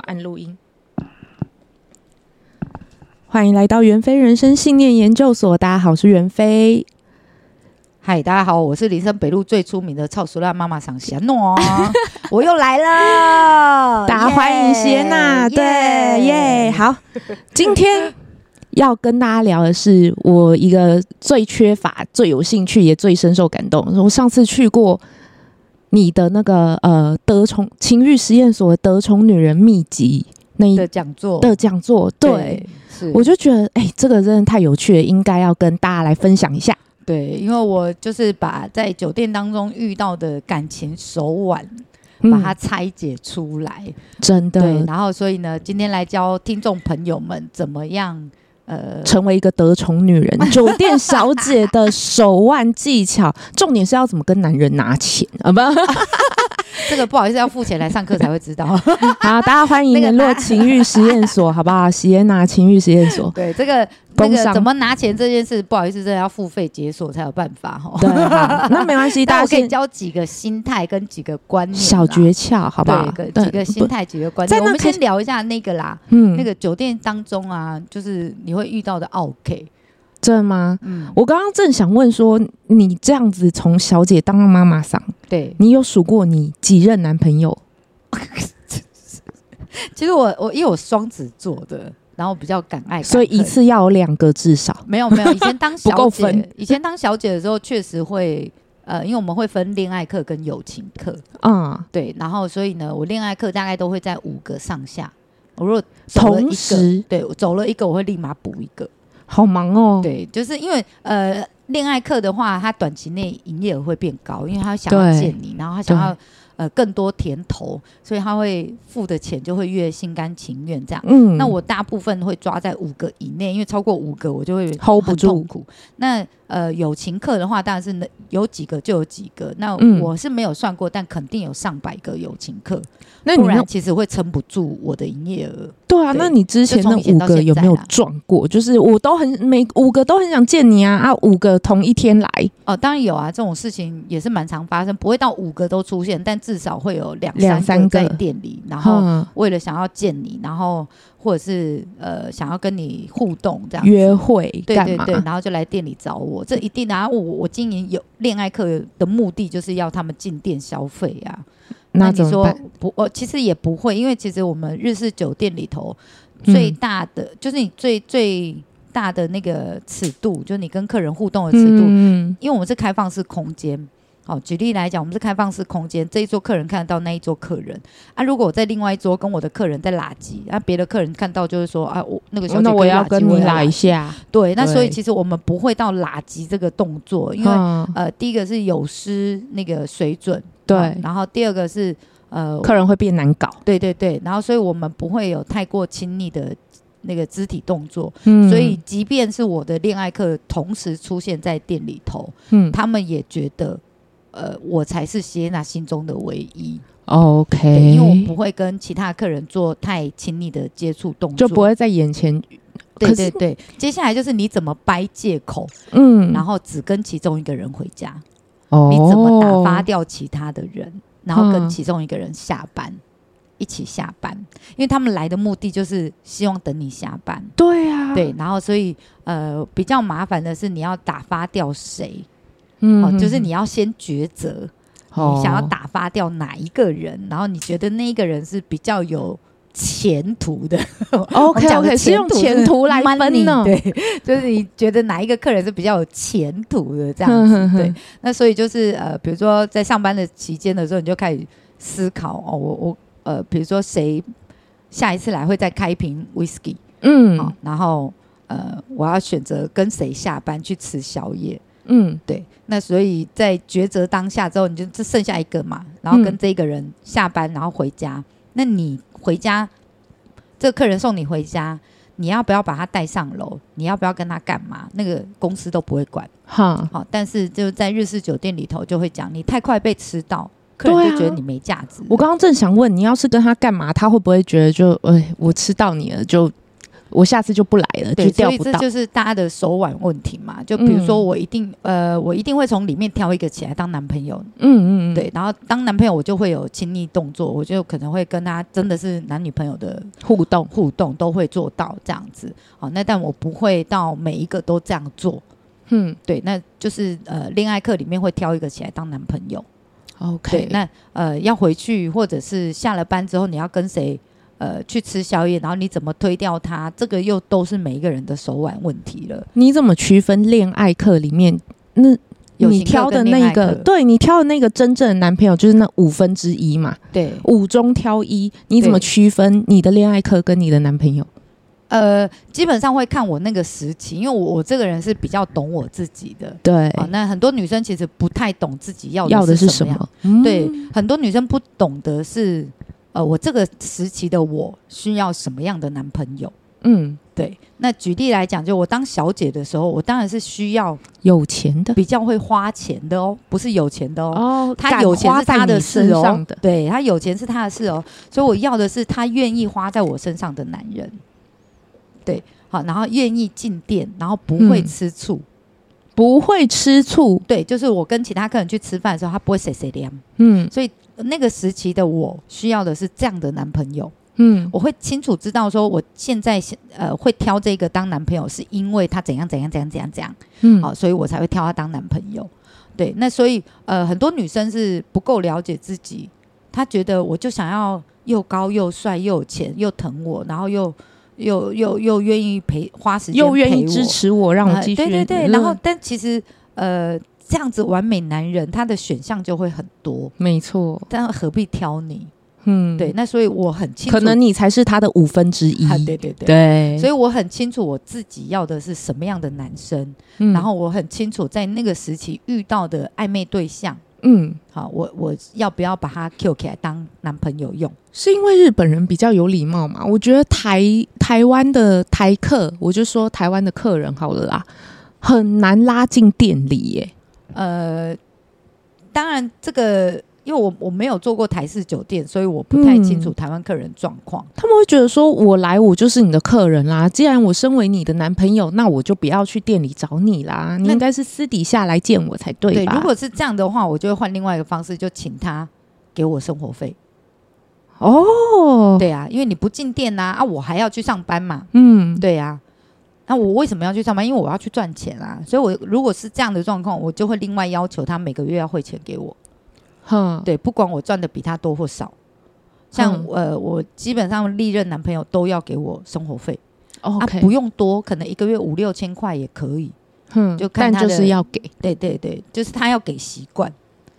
按录音。欢迎来到袁飞人生信念研究所，大家好，我是袁飞。嗨，大家好，我是林森北路最出名的超熟辣妈妈赏贤诺，哦 我又来了， 大家欢迎谢娜，对耶！好，今天要跟大家聊的是我一个最缺乏、最有兴趣也最深受感动。我上次去过你的那个呃德宠情欲实验所《德宠女人秘籍》那一的讲座，的讲座，对，是，我就觉得哎、这个真的太有趣了，应该要跟大家来分享一下。对，因为我就是把在酒店当中遇到的感情手腕，嗯把它拆解出来，真对，的然后所以呢，今天来教听众朋友们怎么样，呃，成为一个得宠女 人、酒店小姐的手腕技巧，重点是要怎么跟男人拿钱啊？ 不，这个不好意思，要付钱来上课才会知道。 好，大家欢迎那个联络拿情欲实验所，好不好？席耶娜情欲实验所，对，这个那工个商怎么拿钱这件事，不好意思，真的要付费解锁才有办法哈。 对，好那没关系，但大我可家 以先教几个心态跟几个观念啦，小诀窍，好不好？对，几个心不态，几个观在念。那我们开先聊一下那个啦，嗯，那那个个酒店当中啊，就是你会遇到的 OK，真的吗？嗯，我刚刚正想问说，你这样子从小姐当到妈妈桑，对。你有数过你几任男朋友？其实我我因为我双子座的，然后比较敢爱敢恨，所以一次要有两个至少。没有没有，以前 当不够小姐分，以前当小姐的时候确实会。呃，因为我们会分恋爱课跟友情课，嗯，对，然后所以呢，我恋爱课大概都会在五个上下。我如果走了一同个时对我走了一个，我会立马补一个。好忙哦。对，就是因为呃，恋爱课的话，他短期内营业额会变高，因为他想要对见你，然后他想对要呃更多甜头，所以他会付的钱就会越心甘情愿这样。嗯，那我大部分会抓在五个以内，因为超过五个我就会 hold 不很住痛，苦。那呃，友情课的话，当然是能有几个就有几个。那嗯我是没有算过，但肯定有上百个友情课，那你不那然其实会撑不住我的营业额。对啊，对那你之前那就从以前五到个有没有现在啦撞过？就是我都很每五个都很想见你啊啊，五个同一天来，哦，当然有啊，这种事情也是蛮常发生，不会到五个都出现，但至少会有两两三三个在个店里，然后嗯，为了想要见你，然后或者是呃想要跟你互动这样子。约会对干对嘛？对，然后就来店里找我，这一定啊！我我经营有恋爱课的目的就是要他们进店消费啊。那你怎么说办？不？我其实也不会，因为其实我们日式酒店里头最嗯大的、就是你最最大的那个尺度，就是你跟客人互动的尺度，嗯因为我们是开放式空间。好，举例来讲，我们是开放式空间，这一桌客人看得到那一桌客人啊。如果我在另外一桌跟我的客人在拉鸡，啊，别的客人看到就是说啊，我那个小哦姐那给我我要垃圾跟我你也来一下，对，那所以对其实我们不会到拉鸡这个动作，因为、嗯，呃，第一个是有失那个水准，好对，然后第二个是呃，客人会变难搞，对对对，然后所以我们不会有太过亲密的那个肢体动作，嗯所以即便是我的恋爱课同时出现在店里头，嗯他们也觉得，呃，我才是谢娜心中的唯一，对，嗯，OK，因为我不会跟其他客人做太亲密的接触动作，就不会在眼前，可对是对对。接下来就是你怎么掰借口，嗯，然后只跟其中一个人回家，哦你怎么打发掉其他的人，然后嗯跟其中一个人下班。一起下班，因为他们来的目的就是希望等你下班，对啊，对，然后所以呃比较麻烦的是你要打发掉谁，嗯，哦，嗯，就是你要先抉择，哦你想要打发掉哪一个人，然后你觉得那一个人是比较有前 途的 OK 我们讲 OK，的哦是用是前途来分呢 money，，对， 就是你觉得哪一个客人是比较有前途的这样哼哼子，嗯哼对，那所以就是呃，比如说在上班的期间的时候，你就开始思考哦，我我呃，比如说谁下一次来会再开一瓶 whisky，好、嗯然后呃，我要选择跟谁下班去吃宵夜，嗯，对，那所以在抉择当下之后，你就只剩下一个嘛，然嗯后跟这个人下班，然后回家。那你回家，这个客人送你回家，你要不要把他带上楼？你要不要跟他干嘛？那个公司都不会管。哈，好，但是就在日式酒店里头就会讲，你太快被吃到，客人就觉对啊得你没价值。我刚刚正想问你，要是跟他干嘛，他会不会觉得就哎，我吃到你了，就我下次就不来了，就对，钓所以不这到。就是大家的手腕问题嘛。就比如说，嗯我一定、呃，我一定会从里面挑一个起来当男朋友，嗯嗯嗯，对，，然后当男朋友我就会有亲密动作，我就可能会跟他真的是男女朋友的互动。互动都会做到这样子。好，那但我不会到每一个都这样做。嗯对，那就是呃，恋爱课里面会挑一个起来当男朋友。对，OK，，那呃，要回去或者是下了班之后，你要跟谁呃去吃宵夜，然后你怎么推掉他，这个又都是每一个人的手腕问题了。你怎么区分恋爱课里面那？友你情课挑的跟恋那爱个，课对你挑的那个真正的男朋友就是那五分之一嘛，对，五中挑一，你怎么对区分你的恋爱课跟你的男朋友？呃，基本上会看我那个时期，因为我我这个人是比较懂我自己的。对，啊，那很多女生其实不太懂自己要哦要的是是什么样。么？嗯对，很多女生不懂得是，呃，我这个时期的我需要什么样的男朋友。嗯，对，那举例来讲，就我当小姐的时候，我当然是需要有钱的比较会花钱的哦，不是有钱的哦。哦他有钱是他的事哦上的，，对他有钱是他的事哦，所以我要的是他愿意花在我身上的男人，对，好，然后愿意进店，然后不会嗯吃醋，不会吃醋，对，就是我跟其他客人去吃饭的时候，他不会谁谁凉，嗯所以那个时期的我需要的是这样的男朋友，嗯我会清楚知道说我现在呃会挑这个当男朋友，是因为他怎样怎样怎样怎样怎样，嗯，好、所以我才会挑他当男朋友。对，那所以呃，很多女生是不够了解自己，她觉得我就想要又高又帅又有钱又疼我，然后又又又又愿意陪花时间陪我，又愿意支持我，让我呃继续，对对对，然后但其实呃，这样子完美男人他的选项就会很多，没错，但何必挑你？嗯，对，，那所以我很清楚，可能你才是他的五分之一啊，，对对对。对，所以以我很清楚我自己要的是什么样的男生，嗯然后我很清楚在那个时期遇到的暧昧对象，嗯，好，我我要不要把他 Q 起来当男朋友用？是因为日本人比较有礼貌嘛？我觉得台台湾的台客，我就说台湾的客人好了啦，很难拉进店里耶。呃，当然这个因为我我没有做过台式酒店，所以我不太清楚嗯台湾客人状况。他们会觉得说，我来我就是你的客人啦。既然我身为你的男朋友，那我就不要去店里找你啦。你那应该是私底下来见我才对对，吧？如果是这样的话，我就会换另外一个方式，就请他给我生活费。哦，对啊，因为你不进店呐、啊，我还要去上班嘛。嗯，对啊，那我为什么要去上班？因为我要去赚钱啊。所以我如果是这样的状况，我就会另外要求他每个月要汇钱给我。哼，对，不管我赚的比他多或少。像、嗯呃，我基本上历任男朋友都要给我生活费啊， ，OK，不用多，可能一个月五六千块也可以。哼，就看但他的就是要给，对对对，就是他要给习惯。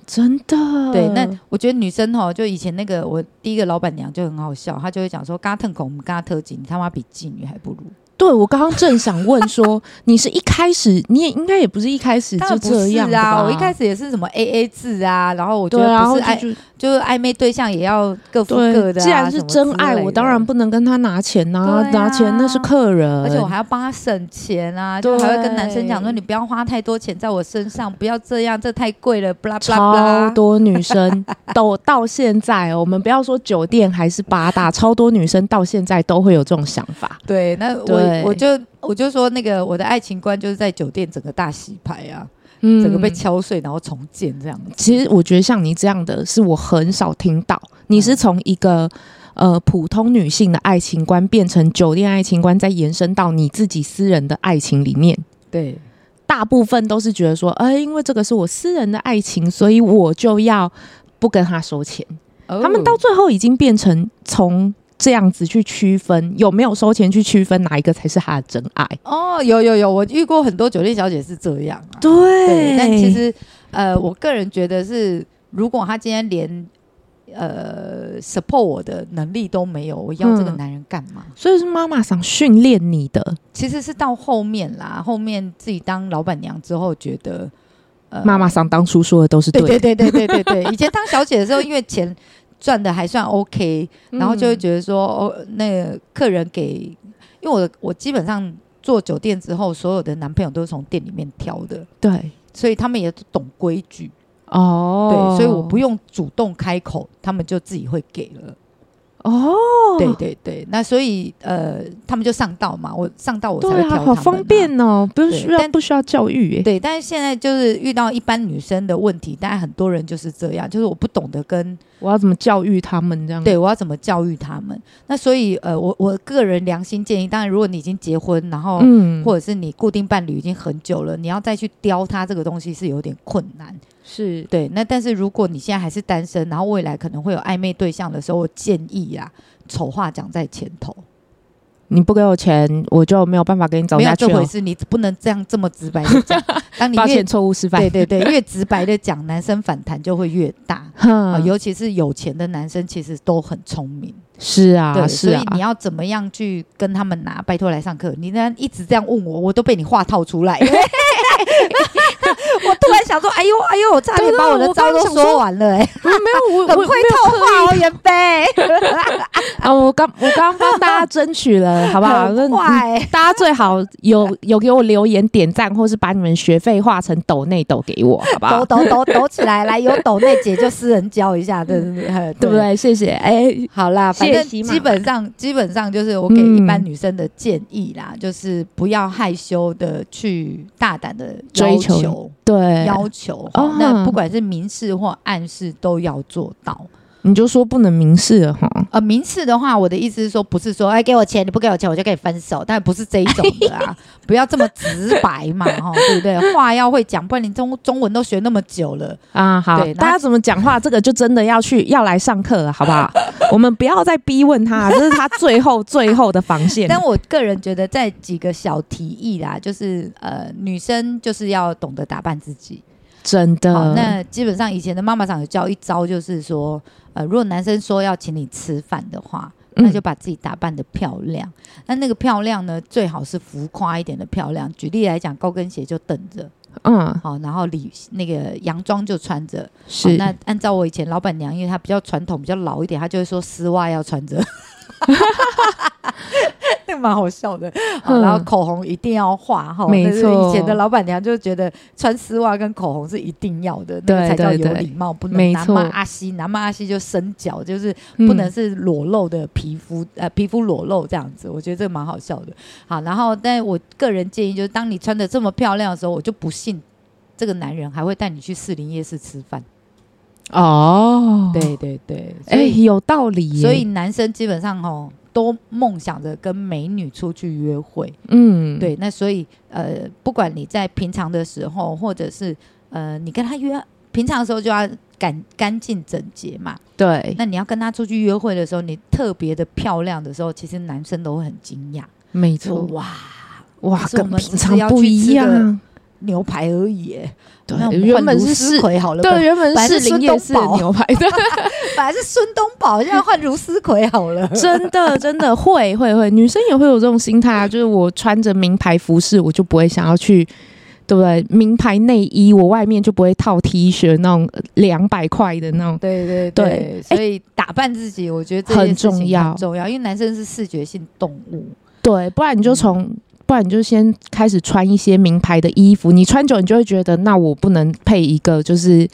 真的，对，那我觉得女生哈，就以前那个我第一个老板娘就很好笑，她就会讲说：“嘎腾口，我们嘎特警，你他妈比妓女还不如。对我刚刚正想问 说，你是一开始，你也应该也不是一开”始当就然不这是样的啊，吧我一开始也是什么 A A 制啊，然后我觉对啊，得不是然后暧，就觉就是暧昧对象也要各付对，各的、啊。既然是什么真之爱，类我的当然，不能跟他拿钱呐、对啊拿钱那是客人，而且我还要帮他省钱啊，就还会跟男生讲说：“对你不要花太多钱在我身上，不要这样，这太贵了。”不啦不啦不超啦。多女生都到现在哦，我们不要说酒店还是八大，超多女生到现在都会有这种想法。对，那我对我就我就说那个我的爱情观就是在酒店整个大洗牌啊，嗯整个被敲碎然后重建这样子。其实我觉得像你这样的是我很少听到，嗯你是从一个。呃，普通女性的爱情观变成酒店爱情观，再延伸到你自己私人的爱情里面，对大部分都是觉得说，哎、因为这个是我私人的爱情，所以我就要不跟他收钱。哦他们到最后已经变成从这样子去区分有没有收钱去区分哪一个才是他的真爱。哦，有有有，我遇过很多酒店小姐是这样、啊。对但其实呃，我个人觉得是，如果他今天连呃 support 我的能力都没有，我要这个嗯男人干嘛？所以是妈妈想训练你的其实是到后面啦，后面自己当老板娘之后，觉得呃妈妈桑当初说的都是对的，对对对对对对，以前当小姐的时候，因为钱赚的还算 OK，然后就会得觉得说，哦，那个客人给，因为我的我基本上做酒店之后，所有的男朋友都是从店里面挑的，对所以他们也懂规矩，哦对，所以我不用主动开口，他们就自己会给了。哦，对对对，那所以呃，他们就上道嘛，我上道我才会对挑他啊，好们、方。便哦，不对需要但不需要教育哎、对，但是现在就是遇到一般女生的问题，但很多人就是这样，就是我不懂得跟我要怎么教育他们这样？对，我要怎么教育他们？那所以，呃，我我个人良心建议，当然，如果你已经结婚，然后、嗯，或者是你固定伴侣已经很久了，你要再去雕他这个东西是有点困难。是对，那但是如果你现在还是单身，然后未来可能会有暧昧对象的时候，我建议啊，丑话讲在前头，你不给我钱，我就没有办法给你找没有下去这回哦。事，你不能这样这么直白的 讲。当你抱越歉，错误示范对。对对，越直白的讲，男生反弹就会越大。啊、 哼，尤其是有钱的男生，其实都很聪明。是啊，对，是所啊以，你要怎么样去跟他们拿？拜托来上课，你呢一直这样问我，我都被你话 套出来。 我突然想说，哎呦哎呦，我差啊点把我的招都说完了、哎，没有 我很我会套话哦，袁飞，啊，我刚我刚帮大 家争取了， 好不好？那嗯 很快、哎大家最好有有给我留言点赞，或是把你们学费化成抖内抖给我，好不好抖？抖抖抖起来，来有抖内姐就私人教一下，对对 对，哎嗯对不？对？谢谢。哎、好啦，反正谢谢嘛基本上基本上就是我给一般嗯女生的建议啦，就是不要害羞的去大胆的追求对，要求哈，哦那不管是明示或暗示都要做到。你就说不能明示了哈。呃，明示的话，我的意思是说，不是说哎给我钱，你不给我钱我就跟你分手，但不是这一种的啊，不要这么直白嘛，哈，对不对？话要会讲，不然你中中文都学那么久了，啊，好对，然后大家怎么讲话，这个就真的要去要来上课了，好不好？ 我们不要再逼问他，这是他最后最后的防 线。但我个人觉得，在几个小提议啦，就是呃，女生就是要懂得打扮自己。真的，好，那基本上以前的妈妈长有教一招，就是说，呃，如果男生说要请你吃饭的话，嗯那就把自己打扮的漂亮。那那个漂亮呢，最好是浮夸一点的漂亮。举例来讲，高跟鞋就等着，嗯好，然后礼那个洋装就穿着。好是那按照我以前老板娘，因为她比较传统、比较老一点，她就会说丝袜要穿着。 那个蛮好笑的，好嗯然后口红一定要画哈，没那是错以前的老板娘就觉得穿丝袜跟口红是一定要的，那个对才叫对有对礼貌，不能没拿错骂阿西，拿骂阿西就伸脚，就是嗯不能是裸露的皮肤，呃，皮肤裸露这样子，我觉得这个蛮好笑的。好，然后但我个人建议就是，当你穿的这么漂亮的时候，我就不信这个男人还会带你去士林夜市吃饭。嗯哦，对对对，哎、所以、有道理耶，所以男生基本上哦，都梦想着跟美女出去约会。嗯，对，那所以呃，不管你在平常的时候，或者是呃，你跟他约平常的时候就要干干净整洁嘛。对，那你要跟他出去约会的时候，你特别的漂亮的时候，其实男生都会很惊讶，没说错，哇，哇可，是我跟们平只是常要不去一吃个样。牛排而已耶。对那我，们原换本卢是思是，奎好 了，对，原本本来是是林孙夜东市的宝牛排，对，本来是孙东宝，现在换卢思奎好了。 真的真的会会会，女生也会有这种心态啊，就是我穿着名牌服饰，我就不会想要去。对不对？名牌内衣，我外面就不会套 T 恤那种呃两百块的那种。对对对所以打扮自己，我觉得这很件事情重要很重要，因为男生是视觉性动 物。对，不然你就从，不然你就先开始穿一些名牌的衣服。你穿久，你就会觉得，那我不能配一个就是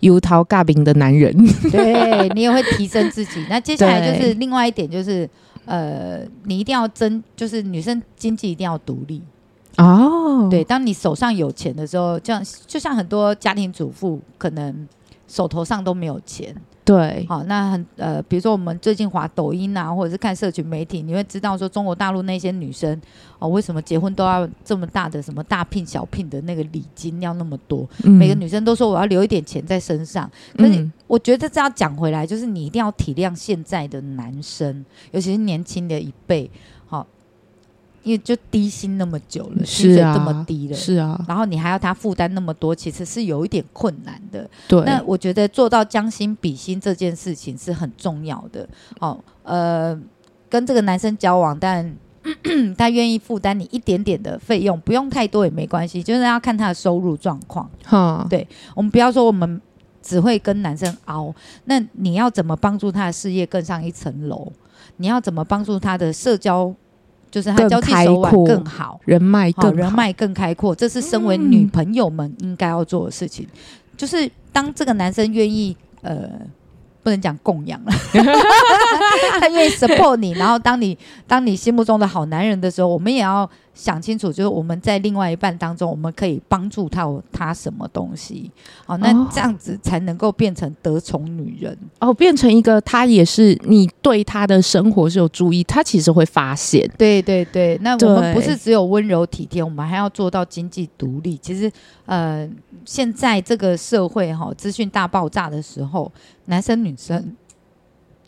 油桃尬饼的男人。对你也会提升自己。那接下来就对是另外一点，就是呃，你一定要争，就是女生经济一定要独立。 哦，对，当你手上有钱的时候，就像就像很多家庭主妇可能手头上都没有钱。对，好，那很呃，比如说我们最近滑抖音啊，或者是看社群媒体，你会知道说中国大陆那些女生哦，为什么结婚都要这么大的什么大聘小聘的那个礼金要那么多？每个嗯女生都说我要留一点钱在身上。可是嗯我觉得这要讲回来，就是你一定要体谅现在的男生，尤其是年轻的一辈，好、因为就低薪那么久了，薪是水啊，这么低了，是啊，然后你还要他负担那么多，其实是有一点困难的。对，那我觉得做到将心比心这件事情是很重要的。哦，呃，跟这个男生交往，但 他愿意负担你一点点的费用，不用太多也没关系，就是要看他的收入状况。哈，对我们不要说我们只会跟男生熬，那你要怎么帮助他的事业更上一层楼？你要怎么帮助他的社交，就是他更交际开手腕阔更好，人脉好更人好脉更开阔？这是身为嗯女朋友们应该要做的事情。就是当这个男生愿意呃不能讲供养了， 他愿意 support 你。然后当你当你心目中的好男人的时候，我们也要想清楚，就是我们在另外一半当中，我们可以帮助他他什么东西。好，那哦这样子才能够变成得宠女人。哦，变成一个他也是你对他的生活是有注意，他其实会发现。对对对，那我对们不是只有温柔体贴，我们还要做到经济独立。其实，呃，现在这个社会哈、资讯大爆炸的时候，男生女生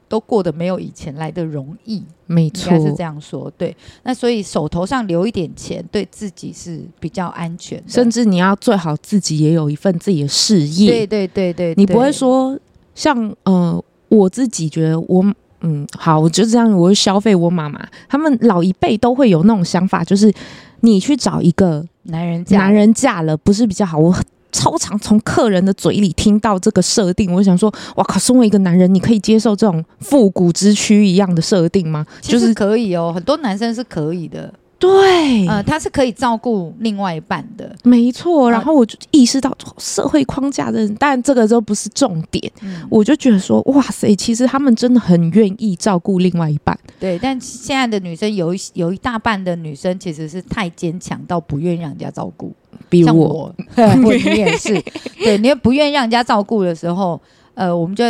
都过得没有以前来的容易，没应错该，是这样说。对，那所以手头上留一点钱，对自己是比较安全的。甚至你要最好自己也有一份自己的事业。对对对对，你不会对说像呃，我自己觉得我嗯好，我就这样，我就消费我妈妈。他们老一辈都会有那种想法，就是你去找一个男人这样男人嫁了，不是比较好？我超常从客人的嘴里听到这个设定，我想说，哇靠！身为一个男人，你可以接受这种复古之躯一样的设定吗？其就实是嗯可以哦，很多男生是可以的，对，呃，他是可以照顾另外一半的。没错。啊然后我就意识到哦社会框架的，但这个都不是重点。嗯，我就觉得说，哇塞，其实他们真的很愿意照顾另外一半。对，但现在的女生有一有一大半的女生其实是太坚强到不愿意让人家照顾，比如像我，我， 我你也是，对，你也不愿意让人家照顾的时候，呃，我们就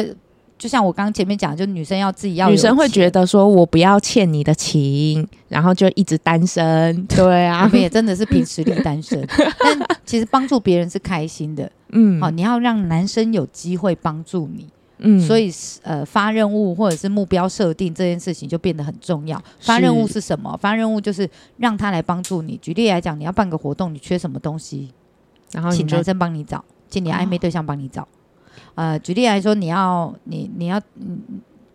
就像我刚刚前面讲，就女生要自己要女生会觉得。得说我不要欠你的情，然后就一直单身。对我 啊们，也真的是凭实力单身， 但其实帮助别人是开心的。嗯好、你要让男生有机会帮助你，嗯所以呃，发任务或者是目标设定这件事情就变得很重要。发任务是是什么？发任务就是让他来帮助你。举例来讲，你要办个活动，你缺什么东西，然啊后你嗯请就男生帮你找，请你哦暧昧对象帮你找。啊呃，举例来说，你要你你要嗯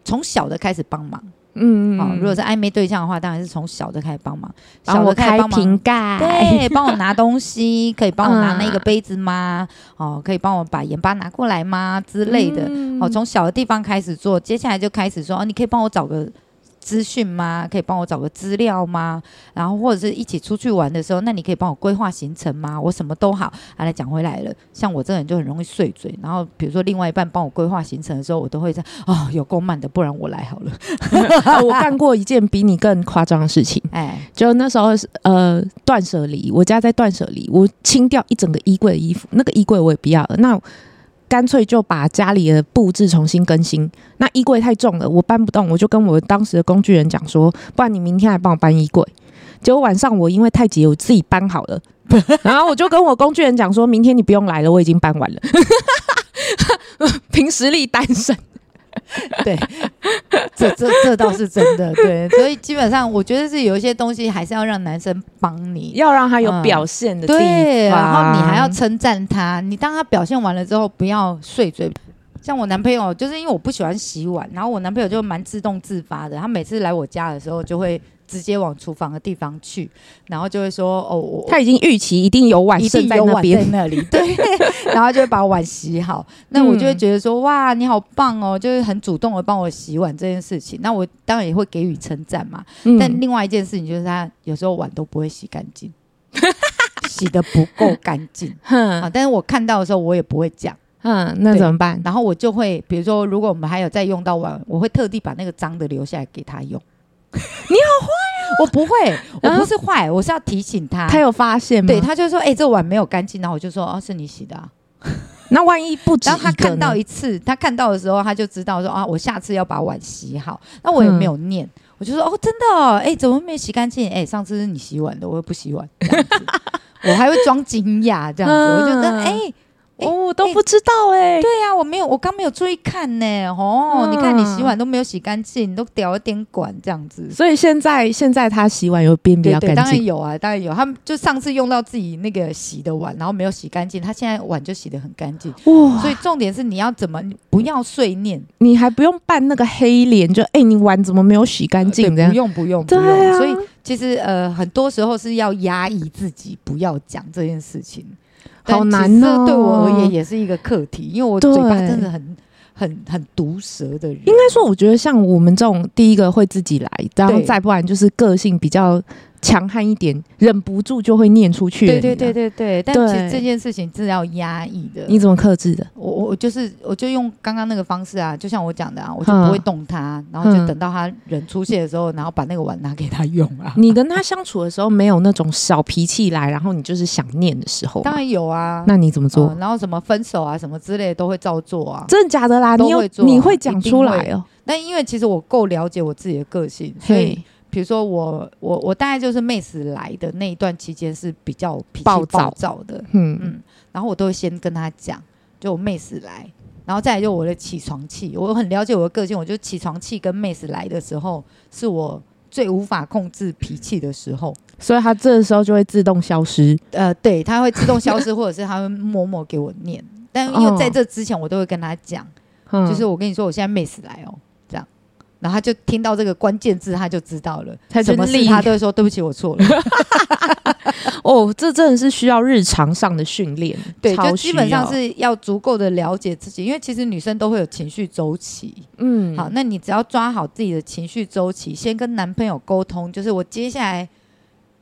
从小的开始帮忙嗯啊、如果是暧昧对象的话，当然是从小的开始帮忙，帮小我的开开始帮瓶忙。盖，对，帮我拿东西，可以帮我嗯 拿那个杯子吗？哦，可以帮我把盐巴拿过来吗？之类的。嗯 哦，从小的地方开始做，接下来就开始说，哦，你可以帮我找个资讯吗？可以帮我找个资料吗？然后或者是一起出去玩的时候，那你可以帮我规划行程吗？我什么都好。啊，来讲回来了，像我这个人就很容易碎嘴，然后比如说另外一半帮我规划行程的时候，我都会在哦，有够慢的，不然我来好了。 哦我干过一件比你更夸张的事情，哎，就那时候是呃断舍离，我家在断舍离，我清掉一整个衣柜的衣服，那个衣柜我也不要了，那干脆就把家里的布置重新更新。那衣柜太重了，我搬不动，我就跟我当时的工具人讲说，不然你明天来帮我搬衣柜。结果晚上我因为太急，我自己搬好了， 然后我就跟我工具人讲说，明天你不用来了，我已经搬完了。 凭实力单身，对， 这这这倒是真的，对，所以基本上我觉得是有一些东西还是要让男生帮你，要让他有嗯表现的地方，对，然后你还要称赞他，你当他表现完了之后，不要碎嘴。像我男朋友，就是因为我不喜欢洗碗，然后我男朋友就蛮自动自发的，他每次来我家的时候就会直接往厨房的地方去，然后就会说：“哦，我他已经预期一定有碗一剩定在有那碗边在，那里，对，然后就会把碗洗好。那我就会嗯觉得说，哇，你好棒哦，就是很主动的帮我洗碗这件事情。那我当然也会给予称赞嘛。嗯但另外一件事情就是，他有时候碗都不会洗干净， 洗的不够干净啊。哼但是我看到的时候，我也不会讲，哼，那对怎么办？然后我就会，比如说，如果我们还有再用到碗，我会特地把那个脏的留下来给他用。 你好坏、我不会，我不是坏，我是要提醒他。他有发现吗？对，他就说：“哎、这碗没有干净。”然后我就说：“哦，是你洗的、啊。那万一不”止然后他一个看到呢一次，他看到的时候，他就知道说：“啊，我下次要把碗洗好。”那我也没有嗯念，我就说：“哦，真的、哦，哎、怎么没洗干净？哎、上次是你洗碗的，我又不洗碗。”这样子我还会装惊讶这样子，我就说：“嗯哎、哎哦，我都不知道哎、对呀、我没有，我刚没有注意看呢、哦，嗯你看你洗碗都没有洗干净，你都屌一点管这样子。”所以现在现在他洗碗有变比对较对，干当然净，有啊，当然有。他们就上次用到自己那个洗的碗，然后没有洗干净，他现在碗就洗得很干净。哇！所以重点是你要怎么，你不要碎念，你还不用扮那个黑脸，就哎、你碗怎么没有洗干净这对样不？用不用不对用。啊，所以其实呃，很多时候是要压抑自己，不要讲这件事情。但好其难实哦这对我而言也是一个课题，因为我嘴巴对真的很很很毒舌的人。应该说，我觉得像我们这种第一个会自己来，然后对再不然就是个性比较强悍一点，忍不住就会念出去了、对对对，对对对，但啊对其实这件事情是要压抑的。你怎么克制的？我我我就是我就用刚刚那个方式啊，就像我讲的啊，我就不会动它，然后就嗯等到他人出现的时候，然后把那个碗拿给他用啊。你跟他相处的时候没有那种小脾气来，然后你就是想念的时候吗，当然有啊，那你怎么做？嗯然后什么分手啊什么之类的都会照做啊。真的假的啦？都你有会做啊你会讲出来哦？但因为其实我够了解我自己的个性，所以嘿，比如说我我我大概就是妹子来的那一段期间是比较脾气暴暴躁躁的，嗯，嗯，然后我都会先跟她讲，就我妹子来，然后再来就我的起床气，我很了解我的个性，我就起床气跟妹子来的时候是我最无法控制脾气的时候，所以他这时候就会自动消失。呃，对，她会自动消失，或者是她会默默给我念，但因为在这之前我都会跟她讲。嗯就是我跟你说，我现在妹死来哦，这样，然后他就听到这个关键字，他就知道了，他就什么事立他都会说对不起，我错了。 哦，这真的是需要日常上的训练，对，超就基本上需要是要足够的了解自己，因为其实女生都会有情绪周期。嗯好，那你只要抓好自己的情绪周期，先跟男朋友沟通，就是我接下来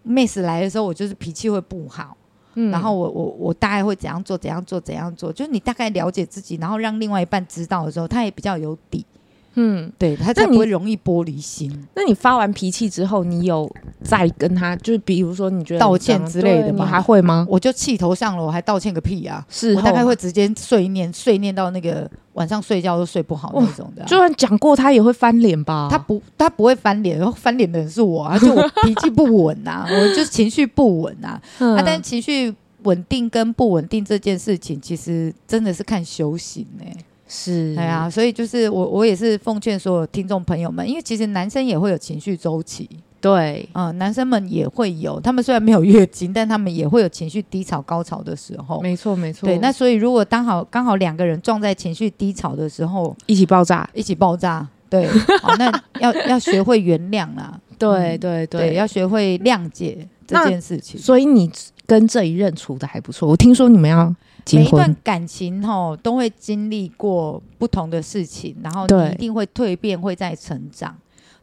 妹死来的时候，我就是脾气会不好。嗯然后我我我大概会怎样做，怎样做，怎样做，就是你大概了解自己，然后让另外一半知道的时候，他也比较有底，嗯，对他那才你不会容易玻璃心。那你发完脾气之后，你有再跟他，就是比如说你觉得道歉之类的对你吗还会吗？我就气头上了，我还道歉个屁啊！是我大概会直接碎念，碎念到那个晚上睡觉都睡不好那种的啊、就算讲过，他也会翻脸吧？他不，他不会翻脸，然后翻脸的人是我啊，就我脾气不稳啊，我就情绪不稳啊。 嗯啊，但情绪稳定跟不稳定这件事情，其实真的是看修行呢、是对啊，所以就是我，我也是奉劝所有听众朋友们，因为其实男生也会有情绪周期，对，嗯、男生们也会有，他们虽然没有月经，但他们也会有情绪低潮、高潮的时候。没错没错。对，那所以如果刚好刚好两个人撞在情绪低潮的时 候，一起爆炸，一起爆炸，对，好，那要要学会原谅啦，对嗯对对，对。要学会谅解这那件事情。所以你跟这一任处的还不错，我听说你们要结每一段婚，感情吼都会经历过不同的事情，然后对你一定会蜕变，会再成长。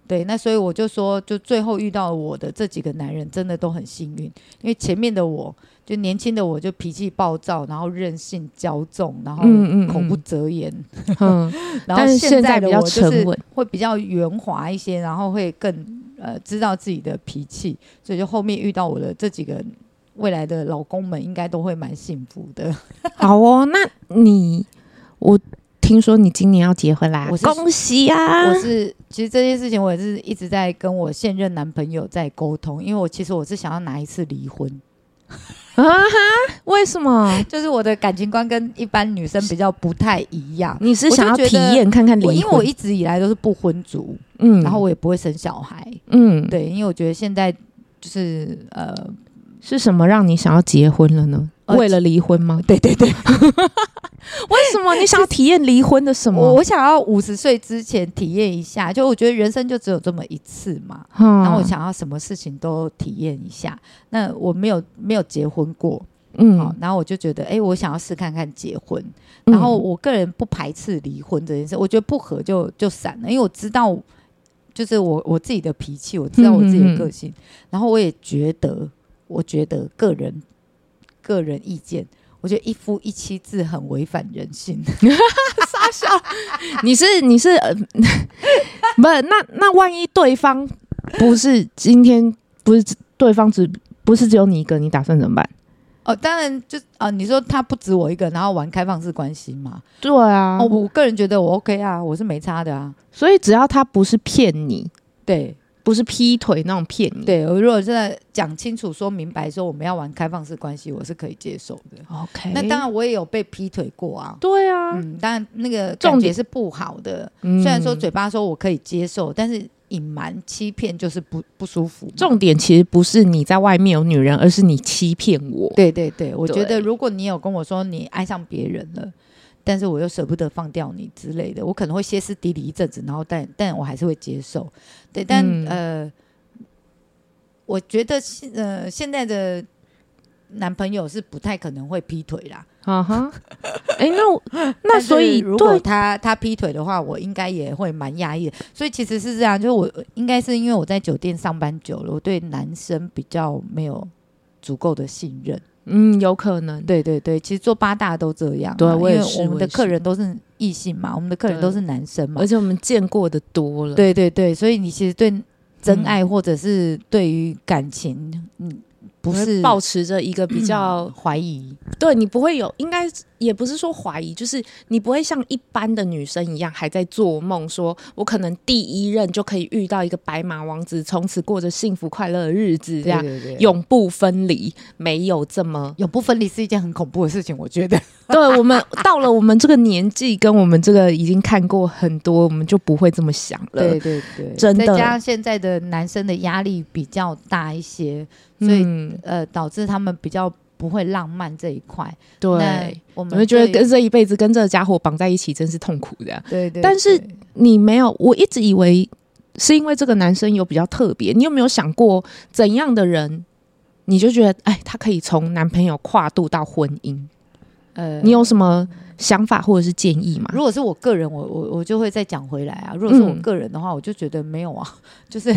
对，那所以我就说，就最后遇到我的这几个男人，真的都很幸运，因为前面的我就年轻的我就脾气暴躁，然后任性骄纵，然后嗯嗯嗯口不择言， 嗯，然后但是现在的比较我就沉是稳，会比较圆滑一些，然后会更呃知道自己的脾气，所以就后面遇到我的这几个未来的老公们，应该都会蛮幸福的。好哦，那你我听说你今年要结婚啦我，是恭喜啊我！是其实这件事情，我也是一直在跟我现任男朋友在沟通，因为我其实我是想要拿一次离婚，啊哈，为什么？就是我的感情观跟一般女生比较不太一样。你是想要我就体觉得验看看我离因为我婚？一直以来都是不婚族，嗯然后我也不会生小孩，嗯，对，因为我觉得现在就是呃是什么让你想要结婚了呢？呃为了离婚吗？对对对。 为什么你想要体验离婚的什我么？我想要五十岁之前体验一下，就我觉得人生就只有这么一次嘛，嗯然后我想要什么事情都体验一下。那我没有没有结婚过，好、嗯，然后我就觉得，哎、我想要试看看结婚。然后我个人不排斥离婚这件事，我觉得不合就就散了，因为我知道，就是我我自己的脾气，我知嗯道我自己的个性，然后我也觉得，我觉得个人个人意见，我觉得一夫一妻制很违反人性。 嗯你是你是呃 不那那万一对方不是今天不是对方只不是只有你一个，你打算怎么办？哦，当然就啊、你说他不止我一个，然后玩开放式关系嘛？对啊哦，，我个人觉得我 OK 啊，我是没差的啊。所以只要他不是骗你，对不是劈腿那种骗你，对，我如果真的讲清楚、说明白，说我们要玩开放式关系，我是可以接受的。 ，OK，那当然，我也有被劈腿过啊。对啊，嗯，当然那个重感觉点是不好的。嗯虽然说嘴巴说我可以接受，但是隐瞒、欺骗就是不不舒服嘛。重点其实不是你在外面有女人，而是你欺骗我。对对对，我觉对得如果你有跟我说你爱上别人了，但是我又舍不得放掉你之类的，我可能会歇斯底里一阵子，然后但但我还是会接受。对，但、嗯呃，我觉得现呃现在的男朋友是不太可能会劈腿啦。啊哈，哎，那 我那但是所以如果对他他劈腿的话，我应该也会蛮压抑的。所以其实是这样，就是我应该是因为我在酒店上班久了，我对男生比较没有足够的信任。嗯，有可能对对对，其实做八大都这样啊、对因我也为是我我们的也是客人都是异性嘛，我们的客人对都是男生嘛而，且我们见过的多了，，对对对，所以你其实对真嗯爱或者是对于感情，嗯，不是嗯保持着一个比较，怀疑，对你不会有，应该也不是说怀疑，就是你不会像一般的女生一样还在做梦，说我可能第一任就可以遇到一个白马王子，从此过着幸福快乐的日子，这样对对对永不分离，没有这么 永不分离是一件很恐怖的事情，我觉得。对我们到了我们这个年纪，跟我们这个已经看过很多，我们就不会这么想了。对对对，真的再加上现在的男生的压力比较大一些，所以、嗯、呃，导致他们比较不会浪漫这一块。那对，我你们会觉得对跟这一辈子跟这个家伙绑在一起真是痛苦的。对对，但是对你没有，我一直以为是因为这个男生有比较特别。你有没有想过怎样的人，你就觉得哎，他可以从男朋友跨度到婚姻？呃，你有什么想法或者是建议吗？如果是我个人，我我我就会再讲回来啊。如果是我嗯个人的话，我就觉得没有啊， 就是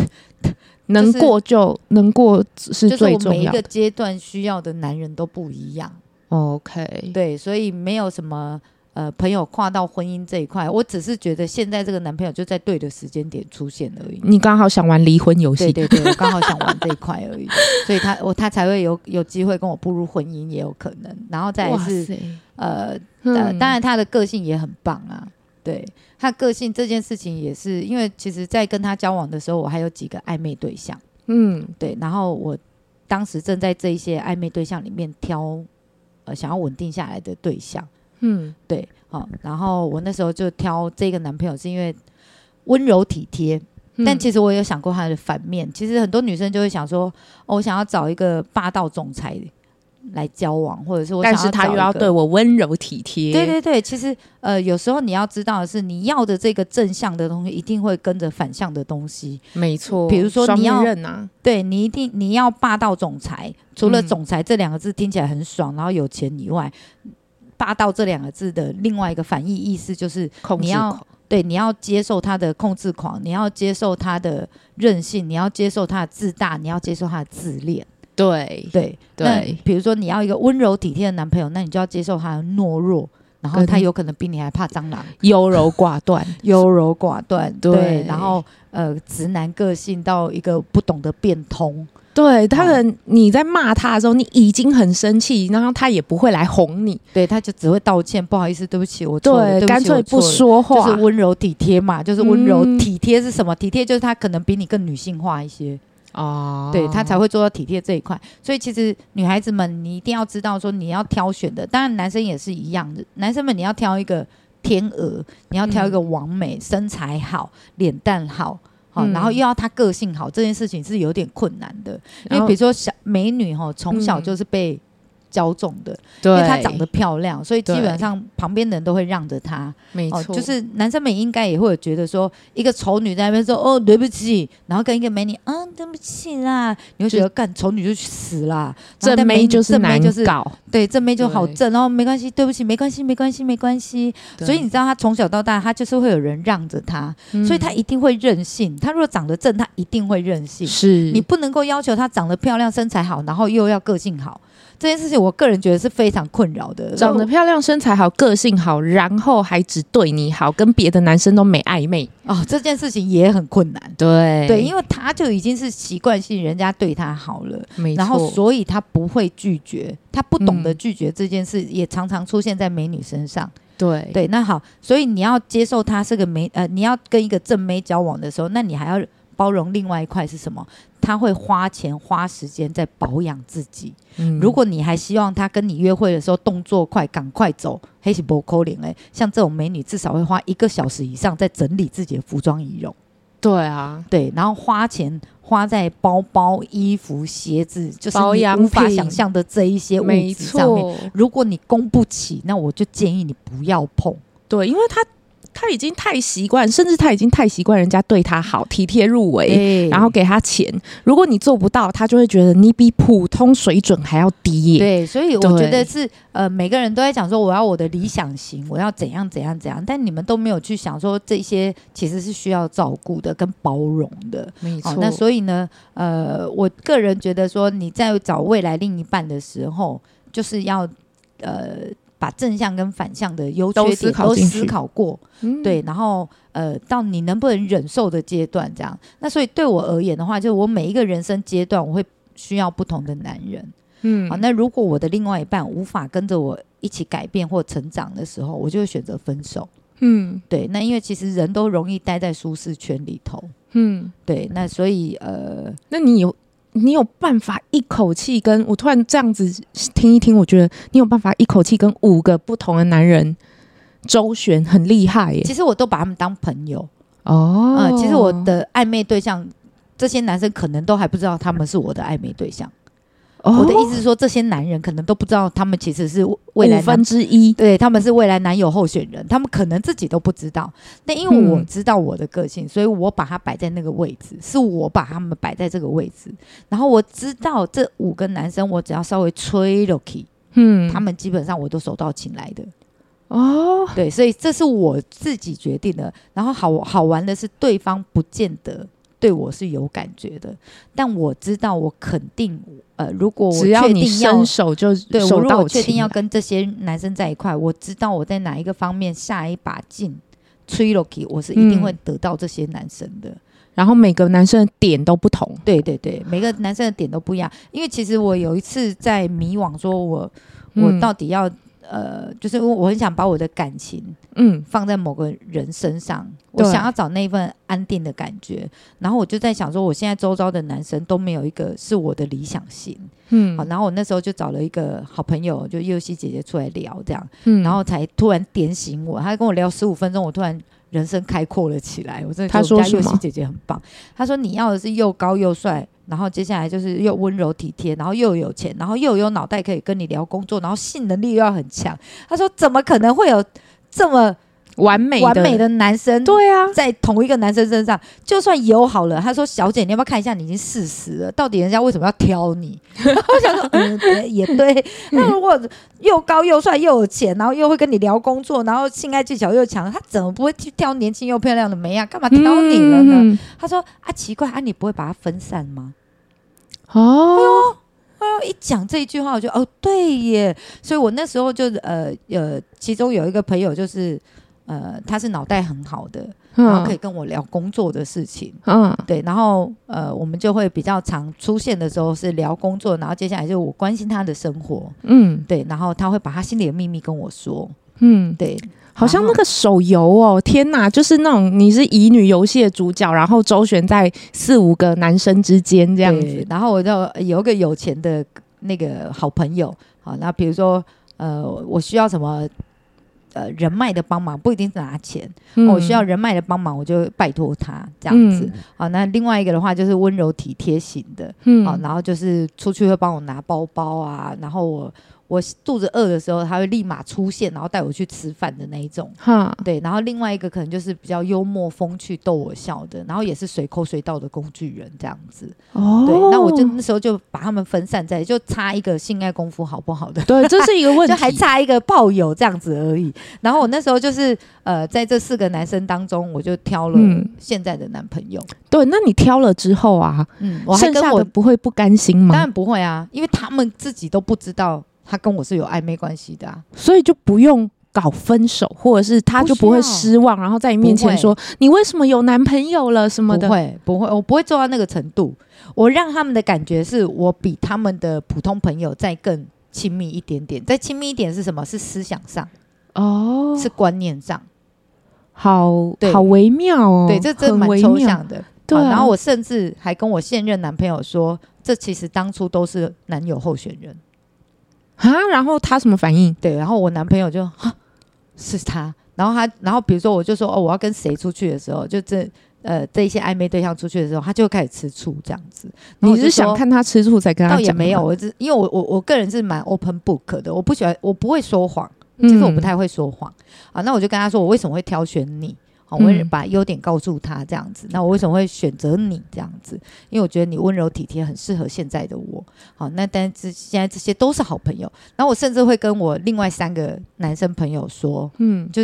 能就是过就能过是就是最我重每一要个的。阶段需要的男人都不一样， OK，对，所以没有什么呃朋友跨到婚姻这一块，我只是觉得现在这个男朋友就在对的时间点出现而已。你刚好想玩离婚游戏对，对对，我刚好想玩这一块 而已，所以他我他才会有有机会跟我步入婚姻，也有可能。然后再来哇是塞，呃，呃，嗯当然他的个性也很棒啊。对他个性这件事情也是，因为其实，在跟他交往的时候，我还有几个暧昧对象，嗯，对，然后我当时正在这一些暧昧对象里面挑，呃，想要稳定下来的对象，嗯对，好、然后我那时候就挑这个男朋友，是因为温柔体贴，嗯但其实我有想过他的反面，其实很多女生就会想说，哦，我想要找一个霸道总裁来交往，或者是我想但要找是一个，他又要对我温柔体贴，对对对，其实呃，有时候你要知道的是，你要的这个正向的东西，一定会跟着反向的东西。没错。比如说双你要面刃啊，对你一定你要霸道总裁，除了“嗯总裁”这两个字听起来很爽，然后有钱以外，霸道这两个字的另外一个反义意思就是控制你要狂对，你要接受他的控制狂，你要接受他的任性，你要接受他的自大，你要接受他的自恋。对对对那比如说你要一个温柔体贴的男朋友，那你就要接受他的懦弱，然后跟他有可能比你还怕蟑螂，优柔寡断，优柔寡断。对，对然后呃，直男个性到一个不懂得变通。对他可能你在骂他的时候，你已经很生气，然后他也不会来哄你，对，他就只会道歉，不好意思，对不起，我错了，对，对干不起，脆我不错了。说就话是，温柔体贴嘛，就是温柔嗯体贴是什么？体贴就是他可能比你更女性化一些，哦对他才会做到体贴这一块。所以其实女孩子们，你一定要知道说你要挑选的，当然男生也是一样的，男生们你要挑一个天鹅，你要挑一个完美、身材好、脸蛋好。好，嗯然后又要他个性好，这件事情是有点困难的，因然为后比如说小美女哈，从小嗯就是被骄纵的，对，因为她长得漂亮，所以基对本上旁边的人都会让着她。没哦，错，就是男生们应该也会有觉得说，一个丑女在那边说哦对不起，然后跟一个美女啊对不起啦，你会觉得干丑女就去死啦，然后正但妹就是正妹难就是搞，对正妹就好对正，然后没关系，对不起，没关系，没关系，没关系。所以你知道他从小到大，他就是会有人让着他，你所以他一定会任性。他如果长得正，他一定会任性。是你不能够要求她长得漂亮、身材好，然后又要个性好，这件事情我个人觉得是非常困扰的。长得漂亮、身材好、个性好，然后还只对你好，跟别的男生都没暧昧，哦，这件事情也很困难。对对，因为他就已经是习惯性人家对他好了，没然后错所以他不会拒绝，他不懂得嗯拒绝这件事，也常常出现在美女身上。对对，那好，所以你要接受他是个美呃，你要跟一个正妹交往的时候，那你还要包容另外一块是什么？他会花钱花时间在保养自己。嗯如果你还希望他跟你约会的时候动作快、赶快走，黑是不扣脸哎，像这种美女至少会花一个小时以上在整理自己的服装仪容。对啊，对，然后花钱花在包包、衣服、鞋子，就是保你养无法品想象的这一些物没质上面。错，如果你供不起，那我就建议你不要碰。对，因为他他已经太习惯，甚至他已经太习惯人家对他好、体贴入微，对然后给他钱。如果你做不到，他就会觉得你比普通水准还要低耶。对，所以我觉对得是呃，每个人都在讲说我要我的理想型，我要怎样怎样怎样，但你们都没有去想说这些其实是需要照顾的跟包容的。没好、哦那所以呢，呃，我个人觉得说你在找未来另一半的时候，就是要呃把正向跟反向的优缺都点思考进思去考过，嗯对，然后呃，到你能不能忍受的阶段，这样。那所以对我而言的话，就是我每一个人生阶段，我会需要不同的男人。嗯好，那如果我的另外一半无法跟着我一起改变或成长的时候，我就会选择分手。嗯对，那因为其实人都容易待在舒适圈里头。嗯，对，那所以呃，那你有你有办法一口气跟我突然这样子听一听，我觉得你有办法一口气跟五个不同的男人周旋，很厉害耶。其实我都把他们当朋友。哦呃，其实我的暧昧对象，这些男生可能都还不知道他们是我的暧昧对象。哦我的意思是说，这些男人可能都不知道他们其实是未五来男分之一，对他们是未来男友候选人，他们可能自己都不知道。那因为嗯我知道我的个性，所以我把它摆在那个位置，是我把他们摆在这个位置。然后我知道这五个男生，我只要稍微吹 l o k 嗯他们基本上我都手到擒来的。哦，对，所以这是我自己决定的。然后好好玩的是，对方不见得对我是有感觉的，但我知道我肯定，呃，如果我只要确你定要伸手就对我手如到果确定擒要来跟这些男生在一块，我知道我在哪一个方面下一把劲吹 l o k 我是一嗯定会得到这些男生的。然后每个男生的点都不同，对对对，每个男生的点都不一样。因为其实我有一次在迷惘，说我我嗯到底要、呃，就是我我很想把我的感情嗯放在某个人身上，我对想要找那份安定的感觉。然后我就在想说，我现在周遭的男生都没有一个是我的理想型。嗯好，然后我那时候就找了一个好朋友，就佑熙姐姐出来聊这样。嗯然后才突然点醒我。他跟我聊十五分钟，我突然人生开阔了起来。我真的觉他得说我们家什佑么熙姐姐很棒。他说你要的是又高又帅，然后接下来就是又温柔体贴，然后又有钱，然后又有脑袋可以跟你聊工作，然后性能力又要很强。他说怎么可能会有这么完美完美的男生？对啊，在同一个男生身上，就算有好了，他说：“小姐，你要不要看一下？你已经四十了，到底人家为什么要挑你？” 我想说，嗯，对也 对。那如果又高又帅又有钱，然后又会跟你聊工作，然后性爱技巧又强，他怎么不会去挑年轻又漂亮的梅啊？干嘛挑你了呢？嗯他说：“啊，奇怪，啊，你不会把它分散吗哦，？”他一讲这一句话，我就哦，对耶。所以我那时候就呃呃，其中有一个朋友就是呃，他是脑袋很哎好的，然后可以跟我聊工作的事情。哦嗯对，然后呃，我们就会比较常出现的时候是聊工作，然后接下来就是我关心他的生活，嗯对，然后他会把他心里的秘密跟我说，嗯，对，好像那个手游哦，天哪，就是那种你是乙女游戏的主角，然后周旋在四五个男生之间这这样子，然后我就呃有一个有钱的那个好朋友，好，那比如说呃，我需要什么呃人脉的帮忙，不一定是拿钱，嗯我哦需要人脉的帮忙，我就拜托他这样子。好，那另外一个的话就是温柔体贴型的，嗯好，然后就是出去会帮我拿包包啊，然后我我肚子饿的时候，他会立马出现，然后带我去吃饭的那一种。哈，对，然后另外一个可能就是比较幽默风趣、逗我笑的，然后也是随口随到的工具人这样子。哦，。对，那我就那时候就把他们分散在，就差一个性爱功夫好不 好的对，这是一个问题，就还差一个炮友这样子而已。然后我那时候就是呃，在这四个男生当中，我就挑了嗯现在的男朋友。对，那你挑了之后啊，嗯，我还剩跟下我的不会不甘心当吗？然不会啊，因为他们自己都不知道他跟我是有暧昧关系的啊。所以就不用。搞分手，或者是他就不会不需要失望，然后在你面前说你为什么有男朋友了什么不的，会，不会，我不会做到那个程度。我让他们的感觉是我比他们的普通朋友再更亲密一点点。再亲密一点是什么？是思想上，哦，是观念上。好对好微妙哦，对，这真的很蛮微抽妙象的。对啊、好然后我甚至还跟我现任男朋友说，这其实当初都是男友候选人。啊，然后他什么反应？对，然后我男朋友就哈是他，然后他，然后比如说我就说哦，我要跟谁出去的时候，就这呃这一些暧昧对象出去的时候，他就会开始吃醋这样子。然后你我就是想说？看他吃醋才跟他倒讲？也没有，，我只因为我我我个人是蛮 open book 的，我不喜欢，我不会说谎，嗯其实我不太会说谎、啊。那我就跟他说，我为什么会挑选你？啊、我会嗯把优点告诉他这样子。那我为什么会选择你这样子？因为我觉得你温柔体贴，很适合现在的我。好，那但是现在这些都是好朋友。然后我甚至会跟我另外三个男生朋友说，嗯，就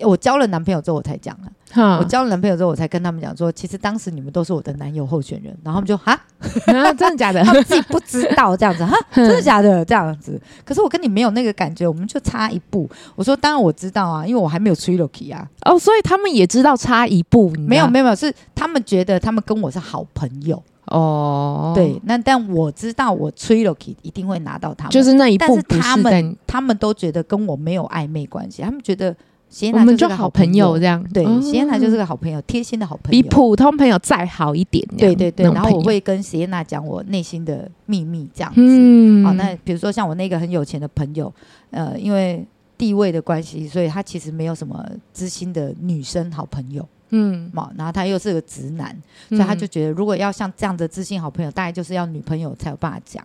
我交了男朋友之后我才讲啊。哈我交了男朋友之后，我才跟他们讲说，其实当时你们都是我的男友候选人，然后他们就哈， 啊真的假 的？他们自己不知道这 样子哈，嗯真的假的这样子。可是我跟你没有那个感觉，我们就差一步。我说当然我知道啊，因为我还没有吹 Loki 啊，哦，所以他们也知道差一步，你知没有道没有没有，是他们觉得他们跟我是好朋友，哦，对，，那但我知道我吹 Loki 一定会拿到他们，就是那一但步是不他是们在你他们都觉得跟我没有暧昧关系，他们觉得谢我娜们是就个好好朋友友这。样，对，哦谢娜就是个好朋友，贴心的好朋比友，普通朋友再好一点这对样，对对，那种然后我朋友，会跟谢娜讲我内心的秘密，这样子。嗯，好、哦那比如说像我那个很有钱的朋友，呃，因为地位的关系，所以他其实没有什么知心的女生好朋友嗯，嘛。然后他又是个直男，嗯所以他就觉得如果要像这样的知心好朋友，大概就是要女朋友才有办法讲。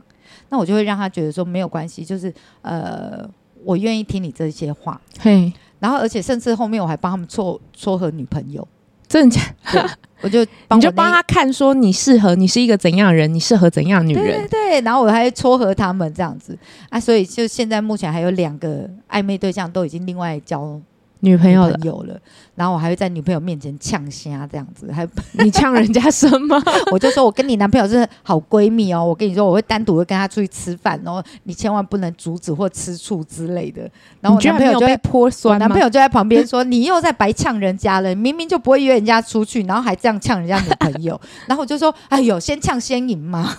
那我就会让他觉得说没有关系，就是呃，我愿意听你这些话。嘿，然后而且甚至后面我还帮他们撮撮合女朋友，真的假的？我就帮你我就那帮他看说你适合，你是一个怎样的人，你适合怎样的女对人对，对，然后我还撮合他们这样子啊，所以就现在目前还有两个暧昧对象都已经另外交女朋女友了朋，友了，然后我还会在女朋友面前呛虾这样子，还 你呛人家什么？我就说我跟你男朋友是好闺蜜哦，我跟你说我会单独会跟他出去吃饭哦，你千万不能阻止或吃醋之类的。然后你我居男然没朋友有就被会。 泼我酸男吗朋？友就在旁边说：“ 你又在白呛人家了，明明就不会约人家出去，然后还这样呛人家女朋友。”然后我就说：“哎呦，先呛先赢嘛。”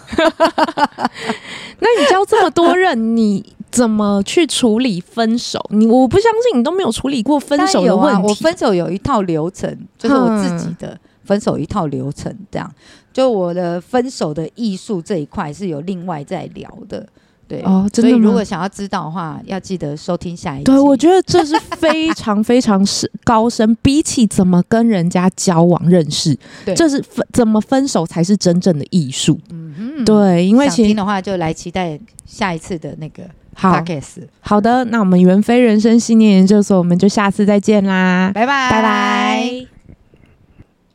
那你教这么多人，你怎么去处理分手？你我不相信你都没有处理过分手的当然有问啊。我题。分手有一套流程，就是我自己的分手一套流程，这样。就我的分手的艺术这一块是有另外在聊的，对。哦，真所以的如吗果？想要知道的话，要记得收听下一集。对，我觉得这是非常非常是 高深，比起怎么跟人家交往认识，对这是分怎么分手才是真正的艺术。嗯哼，对，因为想其听实的话就来期待下一次的那个好 podcast。好的，那我们袁飞人生信念研究所，我们就下次再见啦，拜拜，拜拜。